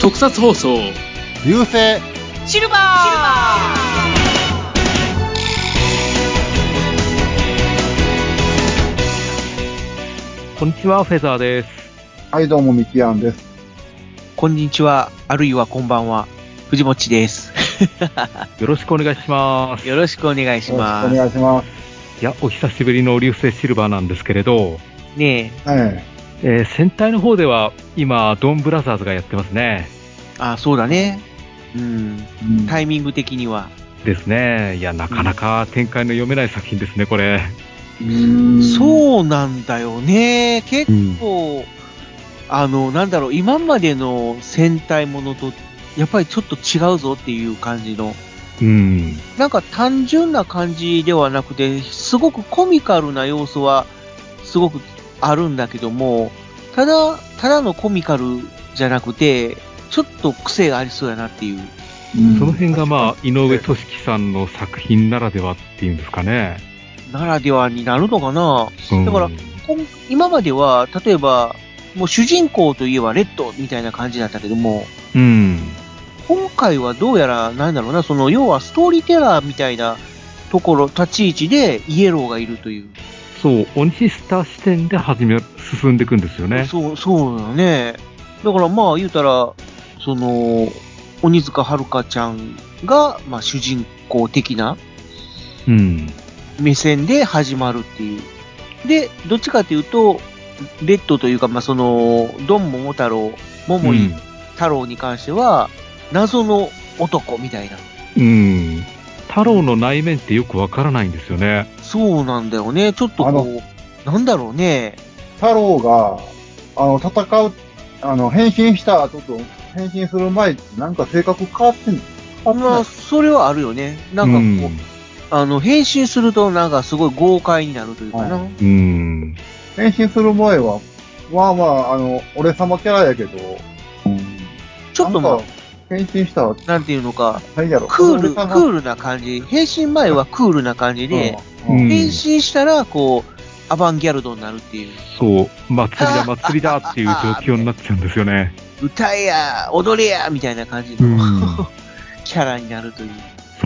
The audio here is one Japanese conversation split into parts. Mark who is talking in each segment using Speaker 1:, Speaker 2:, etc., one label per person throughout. Speaker 1: 特撮放送
Speaker 2: 流星
Speaker 3: シルバーシルバ
Speaker 4: こんにちは、フェザーです。
Speaker 2: はい、どうも、ミキアンです。
Speaker 5: こんにちは、あるいはこんばんは、藤もちです。
Speaker 4: よろしくお願いします。
Speaker 5: よろしくお願いし
Speaker 2: よろしく
Speaker 5: ま
Speaker 2: お願いします。
Speaker 4: いや、お久しぶりの流星シルバーなんですけれど、
Speaker 5: す。ねえ、
Speaker 2: え
Speaker 4: えー戦隊の方では今、ドンブラザーズがやってますね。
Speaker 5: あ、そうだね。うん、
Speaker 2: えうん
Speaker 5: タイミング的には。
Speaker 4: ですね。いや、なかなか展開の読めない作品ですね、これ。
Speaker 2: うーん
Speaker 5: そうなんだよね。結構、あの、なんだろう、今までの戦隊ものと、やっぱりちょっと違うぞっていう感じの。
Speaker 4: うん。
Speaker 5: なんか単純な感じではなくて、すごくコミカルな要素はすごくあるんだけども、ただ、ただのコミカルじゃなくて、ちょっと癖がありそうやなっていう。
Speaker 2: うん
Speaker 4: その辺がまあ、井上俊樹さんの作品ならではっていうんですかね。
Speaker 5: ならではになるのかな、
Speaker 4: うん
Speaker 5: だから、こん今までは、例えば、もう主人公といえばレッドみたいな感じだったけども、
Speaker 4: うん。
Speaker 5: 今回はどうやら、なんだろうな、その、要はストーリーテラーみたいなところ、立ち位置でイエローがいるという。
Speaker 4: そう、鬼スタ視点で始め、進んでいくんですよね。
Speaker 5: そう、そうだよね。だからまあ、言うたら、その、鬼塚遥ちゃんが、まあ、主人公的な
Speaker 4: うん。
Speaker 5: 目線で始まるっていう。で、どっちかというと、レッドというか、まあ、その、ドン桃太郎、桃井太郎に関しては、謎の男みたいな。
Speaker 4: うん。うん。太郎の内面ってよくわからないんですよね。
Speaker 5: そうなんだよね。ちょっと
Speaker 2: あの
Speaker 5: こう、なんだろうね。
Speaker 2: 太郎が、あの、戦う、あの、変身した後と、変身する前って、なんか性格変わってん変
Speaker 5: ま
Speaker 2: わ
Speaker 5: あ、
Speaker 2: って
Speaker 5: それはあるよね。なんかこう、あの、変身するとなんかすごい豪快になるというかな。
Speaker 4: う
Speaker 2: は
Speaker 4: ん。うん。
Speaker 2: ない変身する前は、まあまあ、あの、俺様キャラやけど、
Speaker 5: ちょっとま
Speaker 2: な
Speaker 5: あ
Speaker 2: んか、変身したら、
Speaker 5: なんていうのか、
Speaker 2: 何やろ、
Speaker 5: クール、
Speaker 2: 俺
Speaker 5: ク
Speaker 2: 様
Speaker 5: ールな感じ。変身前はクールな感じで、
Speaker 2: うん
Speaker 4: うん
Speaker 5: 変身したら、こう、アバンギャルドになるっていう。
Speaker 4: そう、祭りだ祭りだっていう状況になっちゃうんですよね。
Speaker 5: 歌えや、踊れや、みたいな感じ
Speaker 4: うん
Speaker 5: の キャラになるという。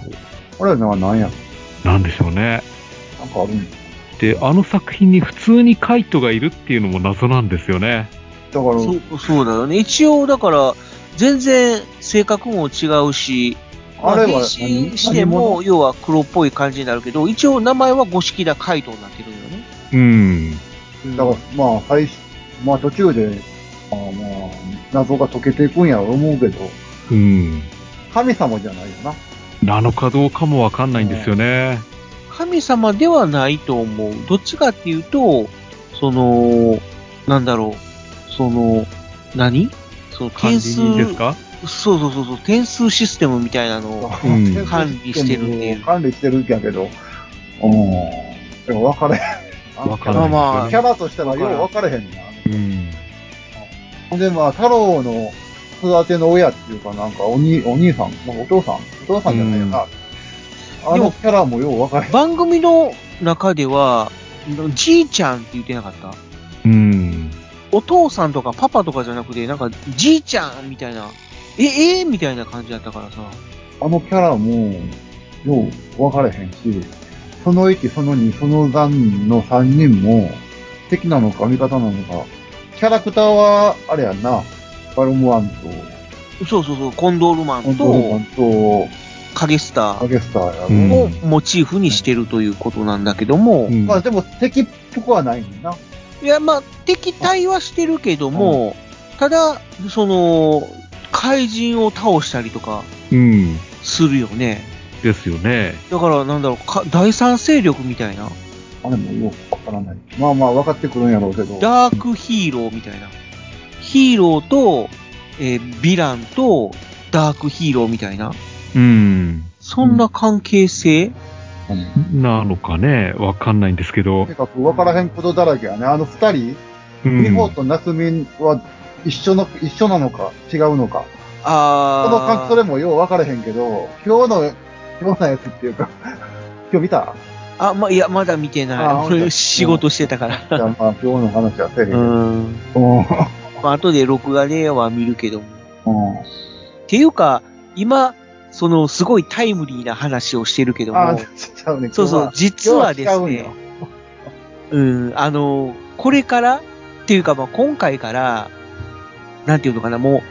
Speaker 4: そう。
Speaker 2: これは何や、
Speaker 4: なんでしょうね。
Speaker 2: なんかあるんだ
Speaker 4: で、あの作品に普通にカイトがいるっていうのも謎なんですよね。
Speaker 2: だから、
Speaker 5: そう、そうだよね。一応、だから、全然性格も違うし、
Speaker 2: あれは
Speaker 5: 変身しても、要は黒っぽい感じになるけど、一応名前は五色田カイトになってるよね。
Speaker 4: うん。
Speaker 2: だから、まあ、最初、まあ途中で、あーまあ、謎が解けていくんやろう思うけど、
Speaker 4: うん。
Speaker 2: 神様じゃないよな。
Speaker 4: なのかどうかもわかんないんですよね。
Speaker 5: 神様ではないと思う。どっちかっていうと、その、なんだろう、その、何その
Speaker 4: 管
Speaker 5: 点
Speaker 4: 理
Speaker 5: 数、
Speaker 4: 人ですか
Speaker 5: そうそうそうそう、点数システムみたいなのを。
Speaker 4: うん
Speaker 5: 管理してるっていう
Speaker 2: 管理してるんやけど、うん。でも分かれへん。
Speaker 4: わか
Speaker 2: あ
Speaker 4: ら
Speaker 5: ま
Speaker 4: ない
Speaker 2: の
Speaker 5: あ
Speaker 2: キ
Speaker 4: ですよね。
Speaker 2: ャラとしてはよう分かれへんな。
Speaker 4: うん。
Speaker 2: ほんで、まあ、太郎の育ての親っていうかなんか、おに、お兄さん、まあお父さん、お父さんじゃないよな。あ
Speaker 5: で
Speaker 2: の
Speaker 5: も
Speaker 2: キャラもよう分かれへん。
Speaker 5: 番組の中では、じいちゃんって言ってなかった
Speaker 4: うん。
Speaker 5: お父さんとかパパとかじゃなくて、なんかじいちゃんみたいな、え、えみたいな感じだったからさ。
Speaker 2: あのキャラも、よう分かれへんし、その1、その2、その3の3人も、敵なのか味方なのか、キャラクターは、あれやんな、バルモアンと、
Speaker 5: そうそうそう、コンドールマ
Speaker 2: コ
Speaker 5: ン
Speaker 2: ントローマ
Speaker 5: と
Speaker 2: ンと、
Speaker 5: 影スタ
Speaker 2: ア
Speaker 5: ー
Speaker 2: ゲスターやろ。
Speaker 4: うん
Speaker 5: をモチーフにしてるということなんだけども、
Speaker 4: うん
Speaker 2: まあでも敵っぽくはないねんな。
Speaker 5: いや、まあ、敵対はしてるけども、ただ、その、怪人を倒したりとか
Speaker 4: うん。
Speaker 5: するよね。
Speaker 4: ですよね。
Speaker 5: だから、なんだろうか、第三勢力みたいな、
Speaker 2: あれもよくわからない。まあまあ分かってくるんやろうけど。
Speaker 5: ダークヒーローみたいな、ヒーローと、えーヴィランと、ダークヒーローみたいな、
Speaker 4: うん。
Speaker 5: そんな関係性、
Speaker 2: うん
Speaker 4: なのかね、わかんないんですけど
Speaker 2: とに。かく分からへんことだらけやね。あの二人、
Speaker 4: うん
Speaker 2: 美穂と夏美は一緒の、一緒なのか、違うのか。その
Speaker 5: あ
Speaker 2: 感
Speaker 5: ー
Speaker 2: それもよう分からへんけど、今日の妙なやつっていうか、 今日見 た
Speaker 5: あ、ま、いや、まだ見て
Speaker 2: あ
Speaker 5: ない。
Speaker 2: 本当
Speaker 5: 俺仕事してたから。
Speaker 2: じゃあまあ今日の話はせえへんけ
Speaker 5: う
Speaker 2: どうん。
Speaker 5: ん。まあ、後で録画では見るけども。
Speaker 2: う
Speaker 5: っていうか、今、その、すごいタイムリーな話をしてるけど
Speaker 2: ん。ああ、
Speaker 5: も
Speaker 2: ち、ゃうね。
Speaker 5: そうそう、実はです
Speaker 2: 今日
Speaker 5: ね
Speaker 2: は違、
Speaker 5: うん、あの、これから、っていうか、まあ、今回から、なんていうのかな、もう、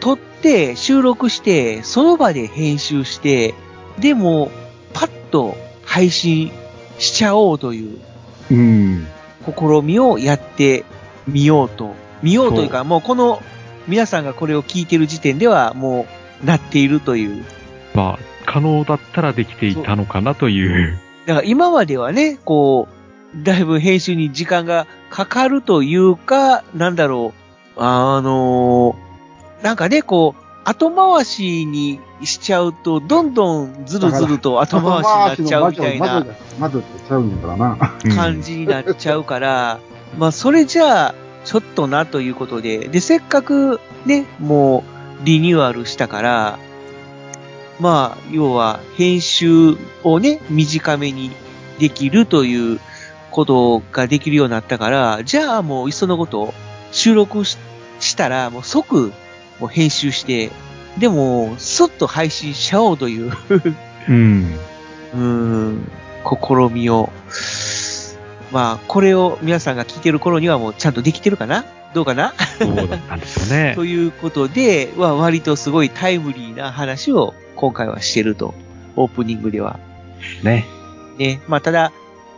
Speaker 5: 撮って、収録して、その場で編集して、でも、パッと配信しちゃおうという
Speaker 4: うん。
Speaker 5: 試みをやってみようと。見ようというか、もうこの、皆さんがこれを聞いてる時点では、もう、なっているという。
Speaker 4: まあ、可能だったらできていたのかなという。
Speaker 5: だから今まではね、こう、だいぶ編集に時間がかかるというか、なんだろう、あのーなんかね、こう、後回しにしちゃうと、どんどんずるずると後回しになっちゃうみたいな
Speaker 2: 魔女ってちゃうんだ な。
Speaker 4: うん
Speaker 5: 感じになっちゃうから、まあ、それじゃあ、ちょっとなということで、で、せっかくね、もうリニューアルしたから、まあ、要は編集をね、短めにできるということができるようになったから、じゃあもういっそのこと収録ししたら、もう即もう編集して、でも、そっと配信しちゃおうという。
Speaker 4: うん。
Speaker 5: うーん、試みを。まあ、これを皆さんが聞いてる頃にはもうちゃんとできてるかなどうかな、
Speaker 4: そうだったんですよ ね
Speaker 5: と。いうことで、は割とすごいタイムリーな話を今回はしてると。オープニングでは。
Speaker 4: ね。
Speaker 5: ね。まあ、ただ、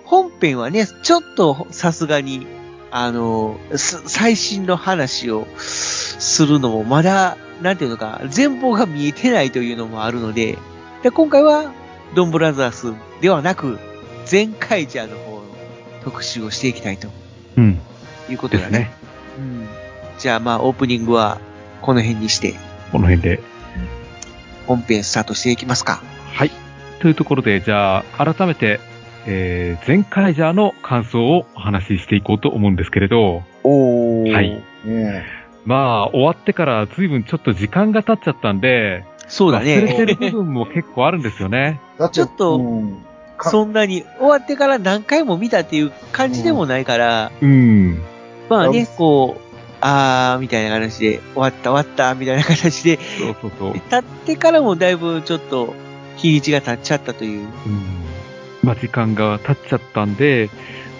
Speaker 5: 本編はね、ちょっとさすがに、あの、す最新の話をするのもまだ、なんていうのか、前方が見えてないというのもあるので、で今回は、ドンブラザースではなく、前回ジャーの方の特集をしていきたいと
Speaker 4: うん。
Speaker 5: いうこと
Speaker 4: で
Speaker 5: だ
Speaker 4: す
Speaker 5: ね。
Speaker 4: ね。
Speaker 5: うん。じゃあまあ、オープニングはこの辺にして、
Speaker 4: この辺で。
Speaker 5: 本編スタートしていきますか。
Speaker 4: はい。というところで、じゃあ、改めて、えー、前回じゃあの感想をお話ししていこうと思うんですけれど、
Speaker 5: おー。
Speaker 4: はい。
Speaker 2: ね
Speaker 4: まあ、終わってから随分ちょっと時間が経っちゃったんで、
Speaker 5: そうだ
Speaker 4: 忘れて
Speaker 5: ね。
Speaker 4: る部分も結構あるんですよね。
Speaker 2: え。だて
Speaker 5: ちょっと
Speaker 2: うんか
Speaker 5: そんなに終わってから何回も見たっていう感じでもないから、
Speaker 4: うん。
Speaker 5: まあ
Speaker 2: うん
Speaker 5: ね、こう、あー、みたいな形で、終わった終わった、みたいな形で、
Speaker 4: そうそうそう。
Speaker 5: 経ってからもだいぶちょっと、日にちが経っちゃったという。
Speaker 4: うん。まあ、時間が経っちゃったんで、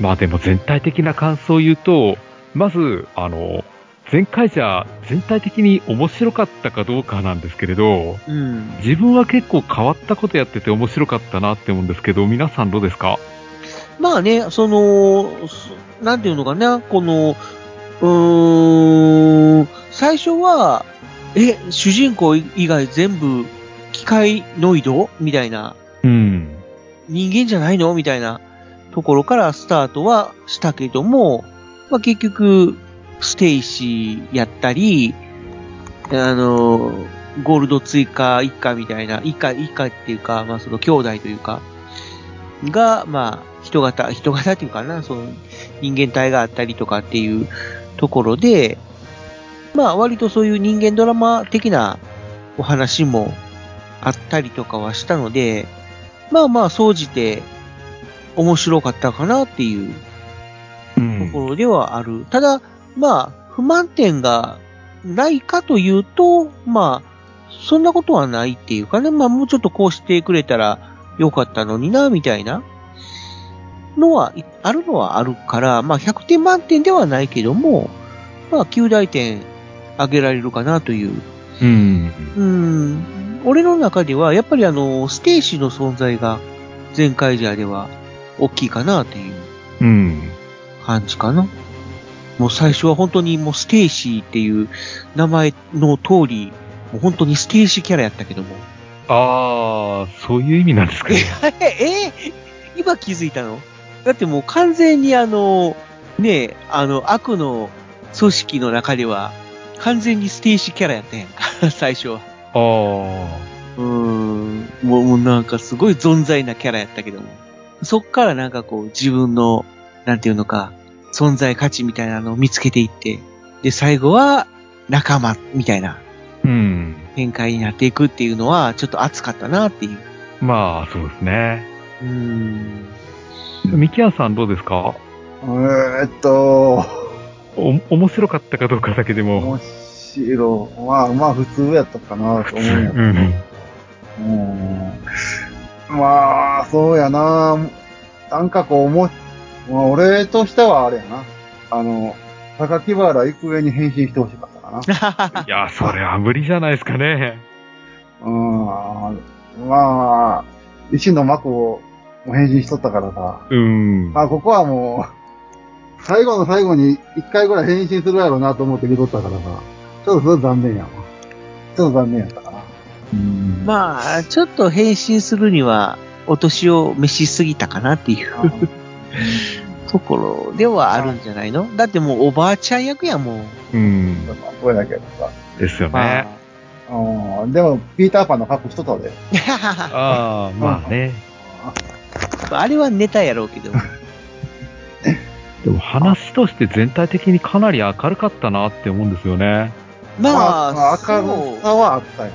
Speaker 4: まあでも全体的な感想を言うと、まず、あの、前回じゃ全体的に面白かったかどうかなんですけれど、
Speaker 5: うん。
Speaker 4: 自分は結構変わったことやってて面白かったなって思うんですけど、皆さんどうですか
Speaker 5: まあね、その、すなんていうのかな、この、うーん、最初は、え、主人公以外全部、機械ノイドみたいな、
Speaker 4: うん。
Speaker 5: 人間じゃないのみたいなところからスタートはしたけども、まあ、結局、ステイシーやったり、あの、ゴールド追加一家みたいな、一家、一家っていうか、まあその兄弟というか、が、まあ、人型、人型っていうかな、その人間体があったりとかっていうところで、まあ割とそういう人間ドラマ的なお話もあったりとかはしたので、まあまあ、総じて面白かったかなっていう
Speaker 4: う
Speaker 5: とこ
Speaker 4: ん。
Speaker 5: ろではある。ただ、まあ、不満点がないかというと、まあ、そんなことはないっていうかね、まあもうちょっとこうしてくれたらよかったのにな、みたいなのは、いあるのはあるから、まあ100点満点ではないけども、まあ9大点上げられるかなという
Speaker 4: うん。
Speaker 5: うん、俺の中では、やっぱりあの、ステイシーの存在が、前回ジャーでは、大きいかなという
Speaker 4: うん。
Speaker 5: 感じかな。もう最初は本当にもうステイシーっていう名前の通り、もう本当にステイシーキャラやったけども。
Speaker 4: ああ、そういう意味なんですか
Speaker 5: え
Speaker 4: ね。
Speaker 5: え今気づいたのだってもう完全にあの、ねえ、あの、悪の組織の中では、完全にステイシーキャラやったやんか、 最初は。
Speaker 4: ああ。
Speaker 5: うーんもう、もうなんかすごい存在なキャラやったけども。そっからなんかこう自分の、なんていうのか、存在価値みたいなのを見つけていって、で、最後は仲間みたいな
Speaker 4: うん。
Speaker 5: 展開になっていくっていうのは、ちょっと熱かったなっていう
Speaker 4: まあ、そうですね。
Speaker 5: うん。
Speaker 4: ミキアンさんどうですか
Speaker 2: えーっと、
Speaker 4: お、面白かったかどうかだけでも。
Speaker 2: 面白い。まあまあ普通やったかなと思うんやけど
Speaker 4: うん。
Speaker 2: うんまあ、そうやな。なんかこう、も、まあ、俺としてはあれやな。あの、榊原郁恵に変身してほしかったかな。
Speaker 4: いや、それは無理じゃないですかね。
Speaker 2: うん。まあ、石の幕を変身しとったからさ。
Speaker 4: うん。
Speaker 2: まあ、ここはもう、最後の最後に一回ぐらい変身するやろうなと思って見とったからさ。ちょっとそれ残念やわ。ちょっと残念やったかな。うん
Speaker 5: まあ、ちょっと変身するには、お年を召しすぎたかなっていう
Speaker 2: あー
Speaker 5: ところではあるんじゃないのだってもうおばあちゃん役やもん。
Speaker 4: うん。
Speaker 2: そうやけどさ。
Speaker 4: ですよ
Speaker 5: まあ
Speaker 4: ね。
Speaker 2: うんでも、ピーターパンの格好しとったで。
Speaker 4: ああ、まあね。
Speaker 5: あれはネタやろうけど。
Speaker 4: でも話として全体的にかなり明るかったなって思うんですよね。
Speaker 5: まあ、
Speaker 2: ま明
Speaker 5: そ
Speaker 2: る
Speaker 5: う
Speaker 2: さはあったよね。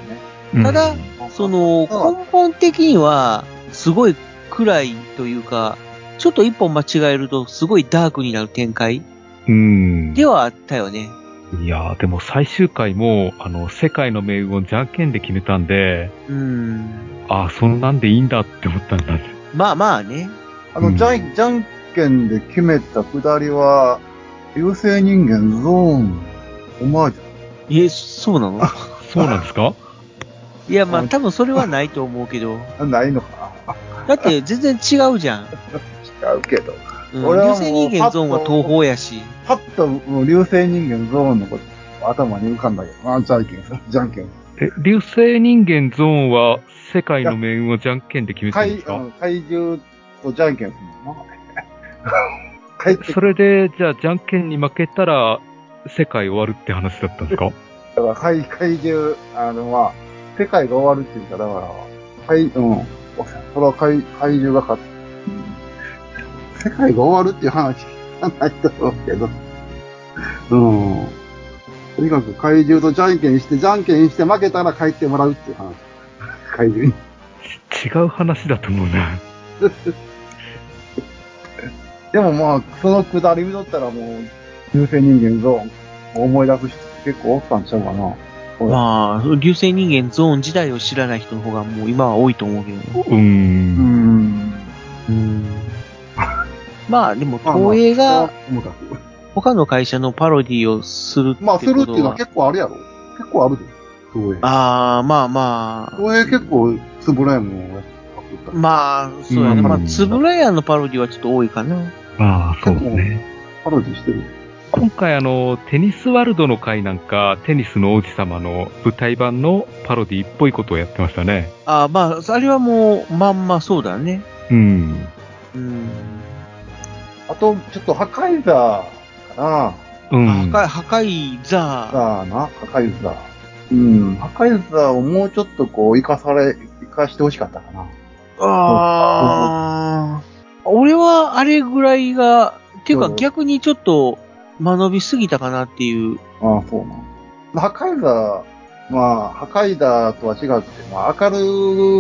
Speaker 4: うん
Speaker 5: ただそ、の、
Speaker 2: うん
Speaker 5: 根本的には、すごい暗いというか、ちょっと一本間違えると、すごいダークになる展開
Speaker 4: うん。
Speaker 5: ではあったよね。
Speaker 4: いやーでも最終回も、あの、世界の命運をじゃんけんで決めたんで、
Speaker 5: うん。
Speaker 4: ああ、そんなんでいいんだって思ったん だ。
Speaker 5: まあまあね。
Speaker 2: あ
Speaker 4: うん
Speaker 2: の、じゃん、じゃんけんで決めたくだりは、優勢人間ゾーン、オマージュ。
Speaker 5: え、そうなの
Speaker 4: そうなんです か
Speaker 5: いや、まあ多分それはないと思うけど。
Speaker 2: あないのか
Speaker 5: だって全然違うじゃん。
Speaker 2: な違うけど。
Speaker 5: うん、
Speaker 2: 俺はも
Speaker 5: 流
Speaker 2: う
Speaker 5: 星人間ゾーンは東方やし。
Speaker 2: パッと、もう流星人間ゾーンのこと、頭に浮かんだけどな、じゃんけん、じゃんけん。
Speaker 4: え、流星人間ゾーンは世界の命運をじゃんけんで決めたん
Speaker 2: 怪、
Speaker 4: です
Speaker 2: う
Speaker 4: か
Speaker 2: ん怪獣とじゃんけんするの な。帰って
Speaker 4: それで、じゃあ、じゃんけんに負けたら、世界終わるって話だったんですか
Speaker 2: だから怪怪獣、あの、まあ、世界が終わるっていうか、だから、怪、うん、それは怪怪獣が勝つ。世界が終わるっていう話じゃないと思うけど、うん。とにかく怪獣とじゃんけんして、じゃんけんして負けたら帰ってもらうっていう話。怪獣に。
Speaker 4: ち 違う話だと思うな。
Speaker 2: でもまあ、そのくだり見とったらもう、流星人間ゾーン思い出す人結構おったんちゃうかな。ほら
Speaker 5: まあ、流星人間ゾーン自体を知らない人の方がもう今は多いと思うけどね。
Speaker 4: うー。
Speaker 2: うんん。
Speaker 5: まあでも東映が
Speaker 2: まあまあ
Speaker 5: 他の会社のパロディをするって
Speaker 2: まあ、するっていうのは
Speaker 5: こと
Speaker 2: 結構あるやろ結構あるで。東映。
Speaker 5: ああ、まあまあ。
Speaker 2: 東映結構、つぶらやもんやってた。
Speaker 5: まあ、そうや
Speaker 4: う
Speaker 5: ね。
Speaker 4: ん
Speaker 5: まあ、つぶらやのパロディはちょっと多いかな。
Speaker 4: まあ、そうですね。
Speaker 2: パロディしてる。
Speaker 4: 今回、あの、テニスワールドの回なんか、テニスの王子様の舞台版のパロディっぽいことをやってましたね。
Speaker 5: ああ、まあ、あれはもう、まんまそうだね。
Speaker 4: うん。
Speaker 5: うん。
Speaker 2: あと、ちょっと破壊座か
Speaker 4: うん。
Speaker 5: 破壊、破壊
Speaker 2: な。
Speaker 5: ザ
Speaker 2: さあな、破壊座。うん。破壊座をもうちょっとこう、生かされ、生かしてほしかったかな。
Speaker 5: ー。ああ。俺はあれぐらいが、っていうか
Speaker 2: うん
Speaker 5: 逆にちょっと間延びすぎたかなっていう。
Speaker 2: ああ、そうなの。破壊座、まあ、破壊座とは違って、まあ、明る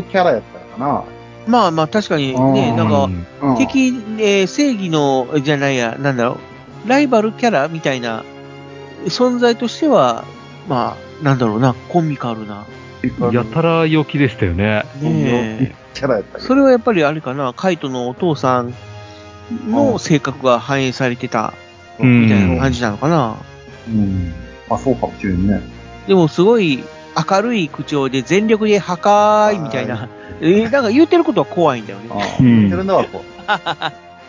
Speaker 2: いキャラやったのか
Speaker 5: まあまあ確かに
Speaker 2: う
Speaker 5: ね、
Speaker 2: ん
Speaker 5: なん
Speaker 4: う
Speaker 5: か、
Speaker 2: な。うん。
Speaker 5: 敵、えー正義の、じゃないや、なんだろう、ライバルキャラみたいな存在としては、まあ、なんだろうな、コミカルな。
Speaker 4: やたら陽気でしたよね。
Speaker 5: ねえ
Speaker 2: キャラやったけど。
Speaker 5: それはやっぱりあれかな、カイトのお父さんの性格が反映されてた
Speaker 4: うん
Speaker 5: みたいな感じなのかな。
Speaker 2: うん。まあ、そうかもしれんね。
Speaker 5: でもすごい明るい口調で全力で破壊みたいな。えーなんか言ってることは怖いんだよね。
Speaker 2: ああ、
Speaker 4: うん
Speaker 2: 言ってるのはこう。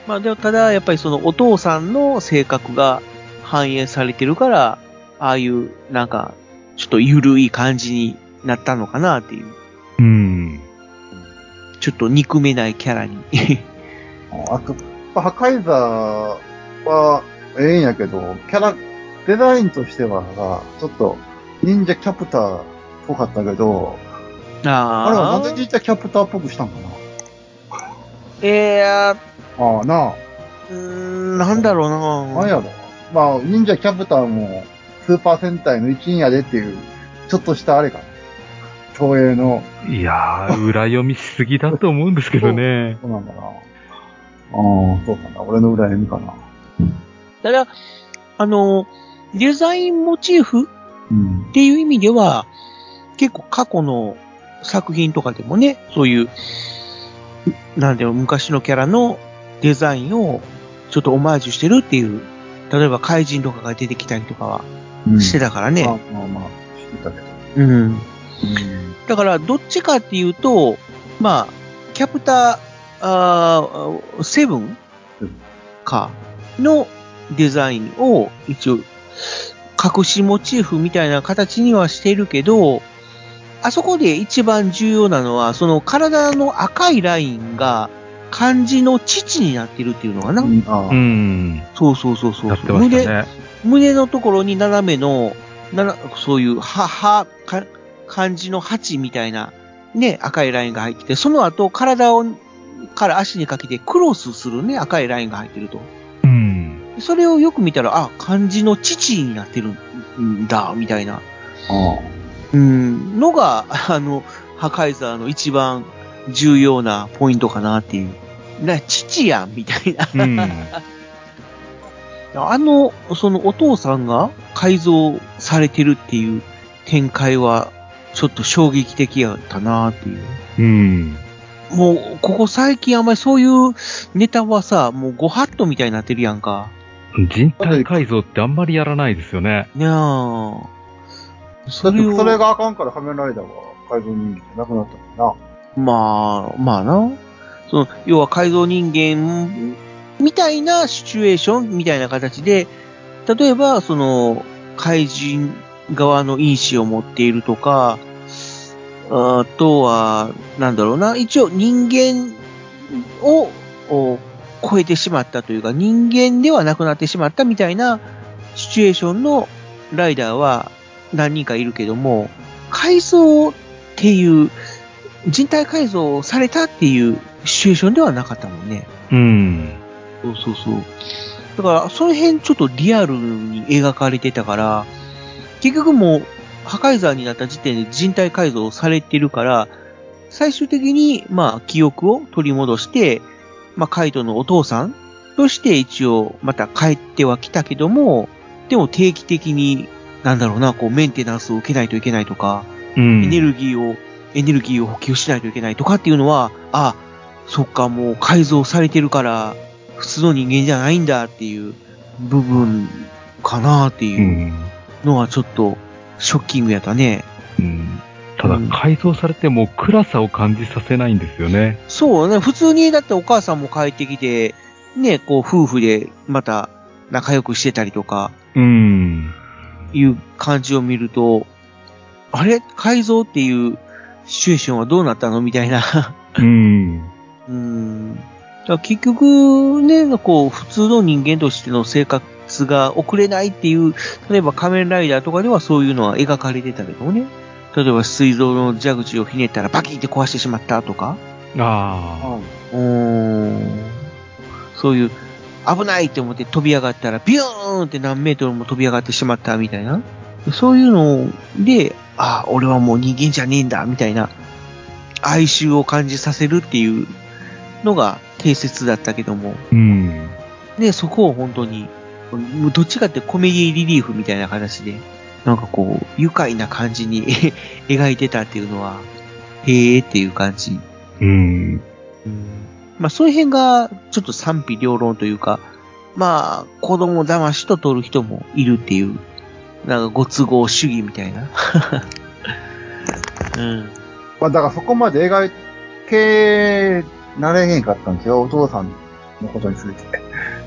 Speaker 5: まあでもただやっぱりそのお父さんの性格が反映されてるから、ああいうなんかちょっとゆるい感じになったのかなっていう。
Speaker 4: うん。
Speaker 5: ちょっと憎めないキャラに。
Speaker 2: あと、破壊座はええんやけど、キャラ、デザインとしてはさ、ちょっと、忍者キャプターっぽかったけど、 あれはな
Speaker 5: あ
Speaker 2: んで忍者キャプターっぽくしたんかな
Speaker 5: あ。えー、
Speaker 2: ああなあ、
Speaker 5: うーん、なんだろう
Speaker 2: なん
Speaker 5: な。
Speaker 2: やろ。まあ、忍者キャプターも、スーパー戦隊の一員やでっていう、ちょっとしたあれか東映の、
Speaker 4: いやー、裏読みしすぎだと思うんですけどね。
Speaker 2: そうなんだな。ああ、そうかな。俺の裏読みかな。
Speaker 5: ただ、あの、デザインモチーフ
Speaker 2: うん
Speaker 5: っ。ていう意味では、結構過去の作品とかでもね、そういう、なんだよ、昔のキャラのデザインをちょっとオマージュしてるっていう、例えば怪人とかが出てきたりとかは
Speaker 2: うん
Speaker 5: してたから
Speaker 2: まあ
Speaker 5: ね。
Speaker 2: まあまあ、してたけど。
Speaker 5: うん。
Speaker 2: うん。
Speaker 5: だから、どっちかっていうと、まあ、キャプター、あーセブン
Speaker 2: うん
Speaker 5: か、のデザインを一応、隠しモチーフみたいな形にはしてるけど、あそこで一番重要なのは、その体の赤いラインが漢字の父になってるっていうのかな。
Speaker 2: うんああ
Speaker 4: うん。
Speaker 5: そうそうそうそう。
Speaker 4: やってましたね。
Speaker 5: 胸のところに斜めの、ならそういう、は、は、か、漢字の8みたいな、ね、赤いラインが入ってて、その後、体を、から足にかけてクロスするね、赤いラインが入ってると。
Speaker 4: うん。
Speaker 5: それをよく見たら、あ、漢字の父になってるんだ、みたいな、
Speaker 2: あ
Speaker 5: うん、のが、 あの、破壊座の一番重要なポイントかなっていう。な、父やん、みたいな。
Speaker 4: うん。
Speaker 5: あの、そのお父さんが改造されてるっていう展開は、ちょっと衝撃的やったなっていう。
Speaker 4: うん。
Speaker 5: もう、ここ最近あんまりそういうネタはさ、もうご法度みたいになってるやんか。
Speaker 4: 人体改造ってあんまりやらないですよね。
Speaker 5: にゃあ。
Speaker 2: だ
Speaker 5: そ
Speaker 2: って
Speaker 5: れを、
Speaker 2: それがあかんから仮面ライダーは改造人間じゃなくなったもんな。
Speaker 5: まあ、まあな。その、要は改造人間みたいなシチュエーションみたいな形で、例えば、その、怪人側の因子を持っているとか、あとは、なんだろうな、一応人間をお超えてしまったというか、人間ではなくなってしまったみたいなシチュエーションのライダーは何人かいるけども、改造っていう、人体改造されたっていうシチュエーションではなかったもんね。
Speaker 4: うん。
Speaker 5: そうそうそう。だから、その辺ちょっとリアルに描かれてたから、結局もう、破壊罪になった時点で人体改造されてるから、最終的に、まあ、記憶を取り戻して、まあ、カイトのお父さんとして一応、また帰っては来たけども、でも定期的に、なんだろうな、こう、メンテナンスを受けないといけないとか、
Speaker 4: うん。
Speaker 5: エネルギーを、エネルギーを補給しないといけないとかっていうのは、あ、そっか、もう改造されてるから、普通の人間じゃないんだっていう部分かなって
Speaker 4: う。
Speaker 5: いうんのはちょっとショッキングやったね。
Speaker 4: うん。ただ、改造されても暗さを感じさせないんですよね。
Speaker 5: そうね、普通にだってお母さんも帰ってきて、ね、こう夫婦でまた仲良くしてたりとか、
Speaker 4: うん。
Speaker 5: いう感じを見ると、あれ改造っていうシチュエーションはどうなったのみたいな。
Speaker 4: うん。
Speaker 5: うん。だから結局ね、こう、普通の人間としての生活が送れないっていう、例えば仮面ライダーとかではそういうのは描かれてたけどもね。例えば水道の蛇口をひねったらバキって壊してしまったとか。
Speaker 4: あ
Speaker 2: あ
Speaker 5: うーん。そういう、危ないって思って飛び上がったらビューンって何メートルも飛び上がってしまったみたいな。そういうので、ああ、俺はもう人間じゃねえんだ、みたいな、哀愁を感じさせるっていうのが定説だったけども、
Speaker 4: あ。うん。
Speaker 5: ね、そこを本当に、もうどっちかってコメディリリーフみたいな形で、なんかこう、愉快な感じに 描いてたっていうのは、へえっていう感じ。
Speaker 4: うん。
Speaker 5: まあ、そういう辺が、ちょっと賛否両論というか、まあ、子供騙しと取る人もいるっていう、なんかご都合主義みたいな。 うん。
Speaker 2: まあだからそこまで描けなれへんかったんですよ。お父さんのことについて。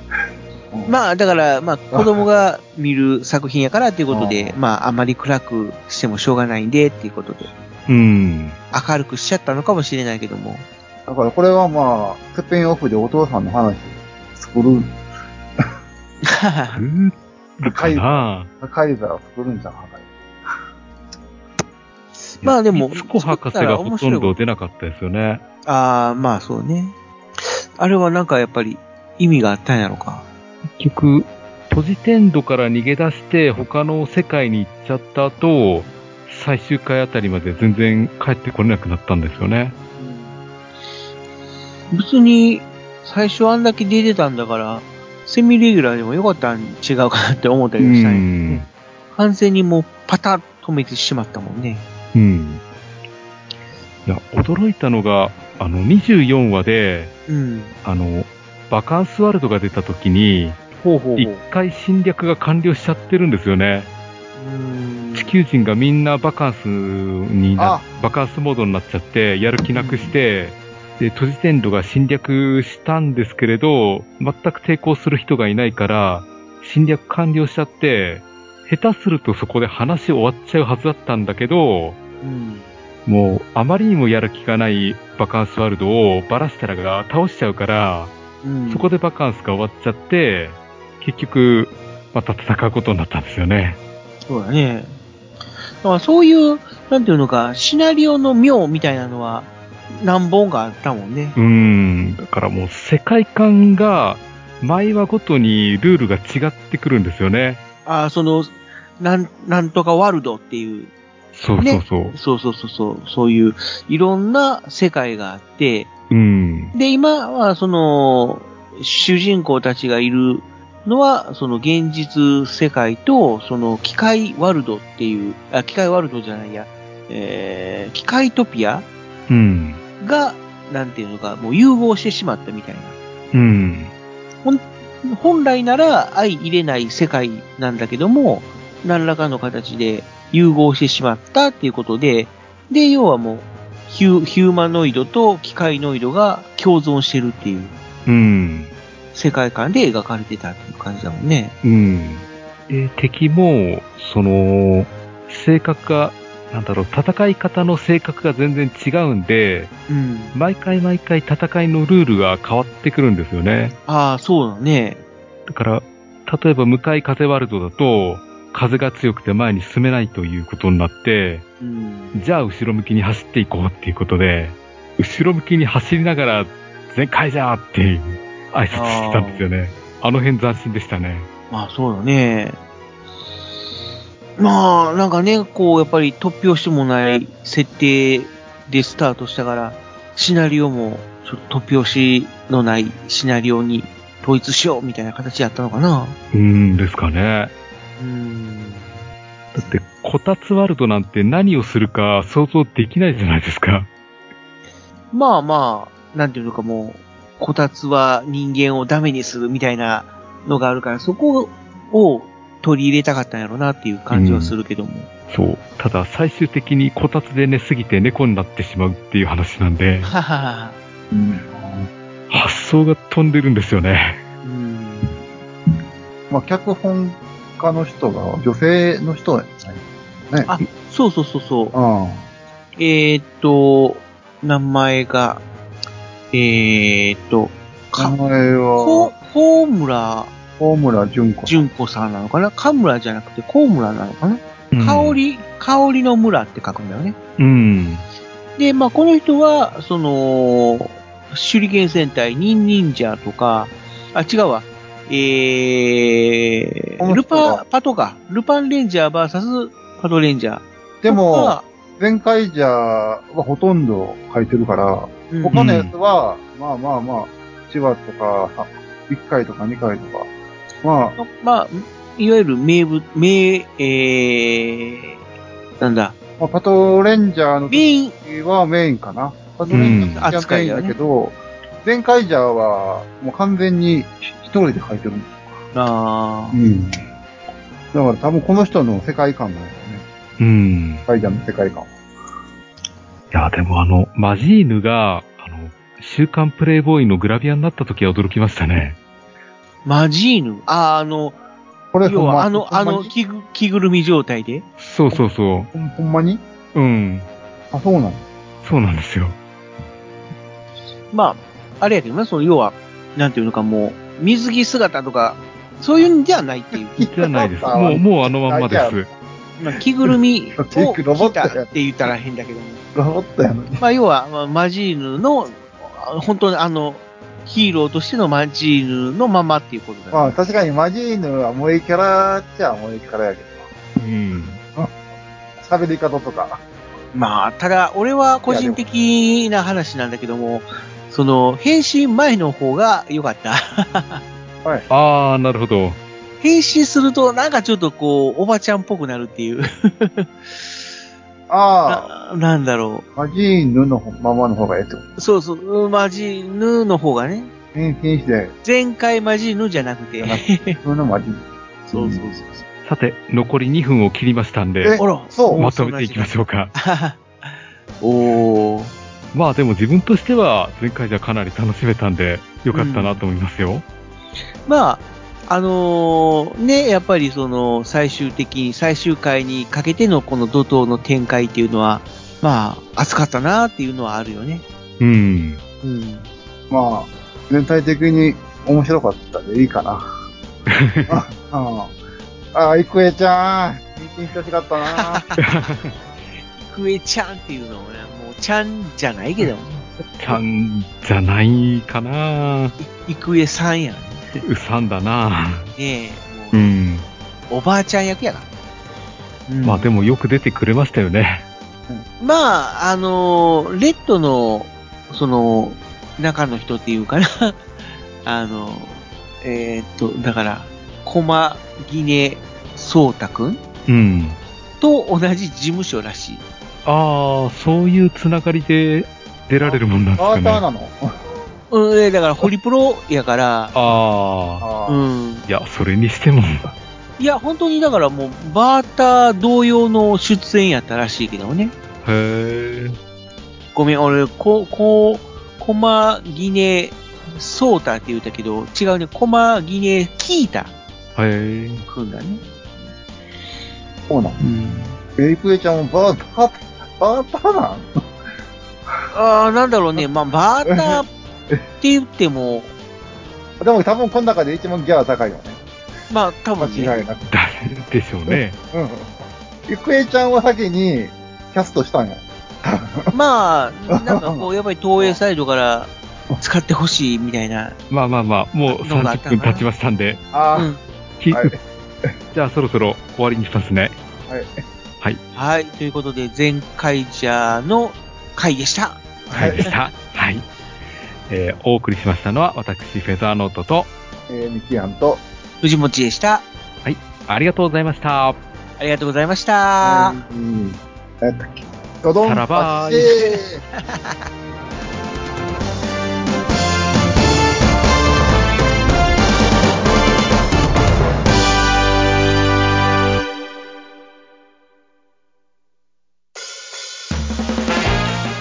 Speaker 2: あ、
Speaker 5: まあ、だから、まあ、子供が見る作品やからっていうことで、
Speaker 2: あ
Speaker 5: まあ、あまり暗くしてもしょうがないんでっていうことで、
Speaker 4: うん。
Speaker 5: 明るくしちゃったのかもしれないけど も。
Speaker 2: だからこれはまあ、スピンオフでお父さんの話作る、
Speaker 4: るかな
Speaker 2: カイザーを作るんじゃん、破壊。
Speaker 5: まあでも
Speaker 4: スコ博士がほとんど出なかったですよね。
Speaker 5: ああ、まあそうね。あれはなんかやっぱり意味があったんやろか。
Speaker 4: 結局、ポジテンドから逃げ出して他の世界に行っちゃった後、最終回あたりまで全然帰ってこれなくなったんですよね。
Speaker 5: 別に、最初あんだけ出てたんだから、セミレギュラーでもよかったん違うかなって思った
Speaker 4: う
Speaker 5: りもしたんや
Speaker 4: ん。
Speaker 5: 完全にもうパタッと止めてしまったもんね。
Speaker 4: うん。いや、驚いたのが、あの、24話で、
Speaker 5: うん。
Speaker 4: あの、バカンスワールドが出た時に、
Speaker 5: ほうほう
Speaker 4: 一回侵略が完了しちゃってるんですよね。
Speaker 5: うん
Speaker 4: 地球人がみんなバカンスにな
Speaker 2: あ、
Speaker 4: バカンスモードになっちゃって、やる気なくして、で、都市伝路が侵略したんですけれど、全く抵抗する人がいないから、侵略完了しちゃって、下手するとそこで話終わっちゃうはずだったんだけど、
Speaker 5: うん。
Speaker 4: もうあまりにもやる気がないバカンスワールドをバラしたらが倒しちゃうから、
Speaker 5: うん。
Speaker 4: そこでバカンスが終わっちゃって、結局、また戦うことになったんですよね。
Speaker 5: そうだね。だからそういう、なんていうのか、シナリオの妙みたいなのは何本かあったもんね
Speaker 4: う。ーん。だからもう世界観が、毎話ごとにルールが違ってくるんですよね。
Speaker 5: ああ、その、なん、なんとかワールドっていう、
Speaker 4: そうそうそう。
Speaker 5: そうそうそうそう、そういう、いろんな世界があって、
Speaker 4: うん。
Speaker 5: で、今はその、主人公たちがいるのは、その現実世界と、その機械ワールドっていう、あ、機械ワールドじゃないや、えー、機械トピア
Speaker 4: うん。
Speaker 5: が、なんていうのか、もう融合してしまったみたいな。
Speaker 4: うん。
Speaker 5: 本来なら相入れない世界なんだけども、何らかの形で融合してしまったっていうことで、で、要はもうヒュ、ヒューマノイドと機械ノイドが共存してるっていう
Speaker 4: うん。
Speaker 5: 世界観で描かれてたっていう感じだもんね。
Speaker 4: うん。で、敵も、その、性格が、なんだろう、戦い方の性格が全然違うんで、
Speaker 5: うん。
Speaker 4: 毎回毎回戦いのルールが変わってくるんですよね。
Speaker 5: ああ、そうだね。
Speaker 4: だから、例えば向かい風ワールドだと、風が強くて前に進めないということになって、
Speaker 5: うん。
Speaker 4: じゃあ後ろ向きに走っていこうっていうことで、後ろ向きに走りながら、全開じゃーっていう挨拶してたんですよね。あの辺斬新でしたね。
Speaker 5: まあ、そうだね。まあ、なんかね、こう、やっぱり突拍子もない設定でスタートしたから、シナリオも、ちょっと突拍子のないシナリオに統一しようみたいな形やったのかな。
Speaker 4: うーんですかね。
Speaker 5: うん。
Speaker 4: だって、こたつワールドなんて何をするか想像できないじゃないですか。
Speaker 5: まあまあ、なんていうのかもう、こたつは人間をダメにするみたいなのがあるから、そこを取り入れたかったんやろうなっていう感じはするけども。
Speaker 4: そう。ただ、最終的にこたつで寝すぎて猫になってしまうっていう話なん で、
Speaker 5: ははは。
Speaker 2: うん。
Speaker 4: 発想が飛んでるんですよね。
Speaker 5: うん。
Speaker 2: まあ、脚本家の人が女性の人やね。
Speaker 5: そうそうそうそう。
Speaker 2: あ
Speaker 5: えーっと、名前が、えーっと、
Speaker 2: あ。名
Speaker 5: か、
Speaker 2: 前
Speaker 5: こ、
Speaker 2: は、
Speaker 5: コームラ
Speaker 2: 大村淳子。
Speaker 5: 純子さんなのかなカムラじゃなくてコームラなのかな、
Speaker 4: うん
Speaker 5: 香。り、香りの村って書くんだよね。
Speaker 4: うん。
Speaker 5: で、まあ、この人は、その、手裏剣戦隊、ニンニンジャーとか、あ、違うわ。え
Speaker 2: この
Speaker 5: ー、ル
Speaker 2: 人が
Speaker 5: パ、パトか。ルパンレンジャー VS パトレンジャー。
Speaker 2: で
Speaker 5: と
Speaker 2: も、
Speaker 5: か、
Speaker 2: 前回じゃはほとんど書いてるから、
Speaker 5: うん
Speaker 2: 他のやつは、まあまあまあ、1話とか、あ1回とか2回とか、まあ、
Speaker 5: まあ、いわゆる名物、名、えー、なんだ、
Speaker 2: まあ、パトレンジャーの時
Speaker 5: メイン、
Speaker 2: はメインかな。パトレンジャーの時は
Speaker 5: 扱
Speaker 2: メイ
Speaker 5: い
Speaker 2: ン
Speaker 5: だよ
Speaker 2: だ
Speaker 5: ね
Speaker 2: けど、前回じゃはもう完全に一人で書いてるんです。
Speaker 5: あ
Speaker 2: ん。だから多分この人の世界観なんだよね。
Speaker 4: うん。
Speaker 2: カイジャーの世界観
Speaker 4: い
Speaker 2: は。
Speaker 4: や、でもあの、マジーヌが、あの、週刊プレイボーイのグラビアになった時は驚きましたね。
Speaker 5: マジーヌあー、あの、
Speaker 2: これほ
Speaker 5: 要
Speaker 2: んま
Speaker 5: はあの、
Speaker 2: ほ
Speaker 5: あ
Speaker 2: んま
Speaker 5: の
Speaker 2: に
Speaker 5: 着ぐ、着ぐるみ状態で。
Speaker 4: そうそうそ
Speaker 2: ほんほんまに
Speaker 4: う。うん。
Speaker 2: あ、そうなの
Speaker 4: そうなんですよ。
Speaker 5: まあ、あれやけどな、その、要は、なんていうのかもう、水着姿とか、そういうんじゃないっていう。
Speaker 4: じゃないです。もう、もうあのまんまです。
Speaker 5: まあ、着ぐるみ
Speaker 2: ロ
Speaker 5: を
Speaker 2: ボッ
Speaker 5: 着
Speaker 2: ト
Speaker 5: た
Speaker 2: や
Speaker 5: って言ったら変だけども。
Speaker 2: ロボットやのに。
Speaker 5: まあ、要は、まあ、マジーヌの、あ本当にあの、ヒーローとしてのマジーヌのままっていうことだよね
Speaker 2: まあ確かにマジーヌは萌えキャラっちゃ萌えキャラやけど。
Speaker 4: うん。
Speaker 2: 喋り方とか。
Speaker 5: まあ、ただ、俺は個人的な話なんだけども、その、変身前の方が良かった。
Speaker 2: はい。
Speaker 4: ああ、なるほど。
Speaker 5: 変身すると、なんかちょっとこう、おばちゃんっぽくなるっていう。
Speaker 2: ああ、
Speaker 5: な なんだろ
Speaker 2: マジーヌのままの方がええってこと。
Speaker 5: う。そうそう、うんマジヌの方がね、
Speaker 2: 変身して、
Speaker 5: 前回マジヌじゃなくて
Speaker 2: じゃ。なくて、普通のマジーヌ。
Speaker 5: そうそうそう。
Speaker 4: さて、残り2分を切りましたん
Speaker 2: え
Speaker 4: で、
Speaker 5: あら、
Speaker 2: そう
Speaker 4: まとめていきましょうか。
Speaker 5: う。 おー。
Speaker 4: まあでも自分としては、前回じゃかなり楽しめたんで、よかったなと思いますよ。
Speaker 5: まあ、あのーね、やっぱりその、最終的に、最終回にかけてのこの怒涛の展開っていうのは、まあ、熱かったなっていうのはあるよね。
Speaker 4: うん。
Speaker 5: うん。
Speaker 2: まあ、全体的に面白かったでいいかな。ああああ、いくえちゃん、変身してほしかったな。
Speaker 5: クエちゃんっていうのをね、もう、ちゃんじゃないけど、
Speaker 4: ちゃんじゃないかな。
Speaker 5: イクエさんやん
Speaker 4: うさんだな。
Speaker 5: ね。もう
Speaker 4: うん。
Speaker 5: おばあちゃん役やから。うん
Speaker 4: まあでもよく出てくれましたよね。
Speaker 5: まあ、あのーレッドの、その、中の人っていうかな。 あの、えーっと、だから、コマギネ・ソータくん
Speaker 4: うん。
Speaker 5: と同じ事務所らしい。
Speaker 4: ああ、そういうつながりで出られるもんなんです
Speaker 2: ア
Speaker 4: か
Speaker 2: ー
Speaker 4: ね。
Speaker 2: ター
Speaker 4: あ
Speaker 2: なの
Speaker 5: うん、えだから、ホリプロやから、
Speaker 4: あ
Speaker 2: あ
Speaker 5: う
Speaker 2: あ
Speaker 5: ん。
Speaker 4: ー。いや、それにしても、
Speaker 5: いや、本当にだからもう、バーター同様の出演やったらしいけどね。
Speaker 4: へえ。
Speaker 5: ごめん、俺、こ、こ、コマギネ・ソータって言うたけど、違うね、コマギネ・キータ
Speaker 4: へえ。
Speaker 5: くんだね。
Speaker 2: そうなの。
Speaker 5: うん。
Speaker 2: え、いくえちゃん、バーター、バーターなん
Speaker 5: ああ、なんだろう ね。まあ、バーターって言っても、
Speaker 2: でも多分この中で一番ギャラ高いよね。
Speaker 5: まあ、多
Speaker 2: 間
Speaker 5: 分ね。
Speaker 2: 違いなく。
Speaker 4: 誰でしょうね。
Speaker 2: うん。いくえちゃんは先にキャストしたんや。
Speaker 5: まあ、なんかこう、やっぱり東映サイ ドから使ってほしいみたいな。
Speaker 4: まあまあまあ、もう
Speaker 5: のがあった
Speaker 4: 30
Speaker 5: な
Speaker 4: 分経ちましたんで、
Speaker 2: あ
Speaker 5: う
Speaker 2: あ、
Speaker 5: ん。
Speaker 4: き
Speaker 2: はい
Speaker 4: じゃあそろそろ終わりにしますね。
Speaker 2: はい。
Speaker 5: はい。ということで、前回じゃの回でした。
Speaker 4: はい、でした。はい。えーお送りしましたのは、私、フェザーノートと、
Speaker 2: えー、ミキアンと、
Speaker 5: 藤持でした。
Speaker 4: ありがとうございました。
Speaker 5: ありがとうございました。
Speaker 2: うん。何やったっけドドン
Speaker 4: さらばーい
Speaker 2: パッシー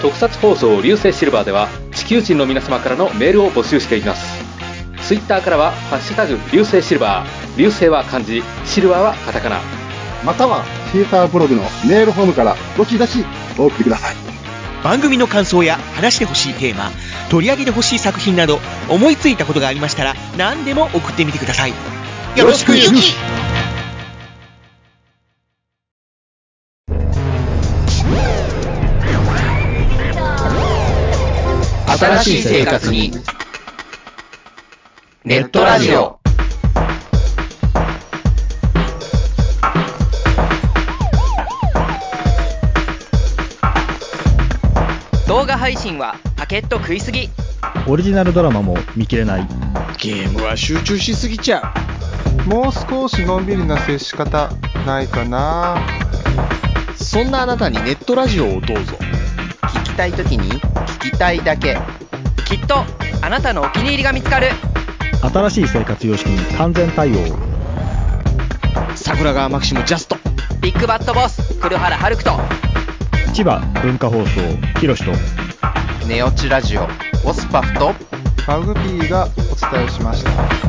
Speaker 1: 特撮放送流星シルバーでは地球人の皆様からのメールを募集していますツイッターからは「ハッシュタグ流星シルバー」流星は漢字シルバーはカタカナ
Speaker 2: またはシーサーブログのメールフォームからどしどしお送りください
Speaker 6: 番組の感想や話してほしいテーマ取り上げてほしい作品など思いついたことがありましたら何でも送ってみてくださいよろしく
Speaker 7: 新しい生活に。ネットラジオ。
Speaker 3: 動画配信はパケット食いすぎ
Speaker 8: オリジナルドラマも見切れない
Speaker 9: ゲームは集中しすぎちゃうもう少しのんびりな接し方ないかなそんなあなたにネットラジオをどうぞ
Speaker 7: 聞きたいときに聞きたいだけ。
Speaker 3: きっとあなたのお気に入りが見つかる
Speaker 8: 新しい生活様式に完全対応
Speaker 9: 桜川マキシムジャスト
Speaker 3: ビッグバットボス黒原遥人
Speaker 8: 千葉文化放送ひろしと
Speaker 7: ネオチラジオ。オスパフと
Speaker 9: マグピーがお伝えしました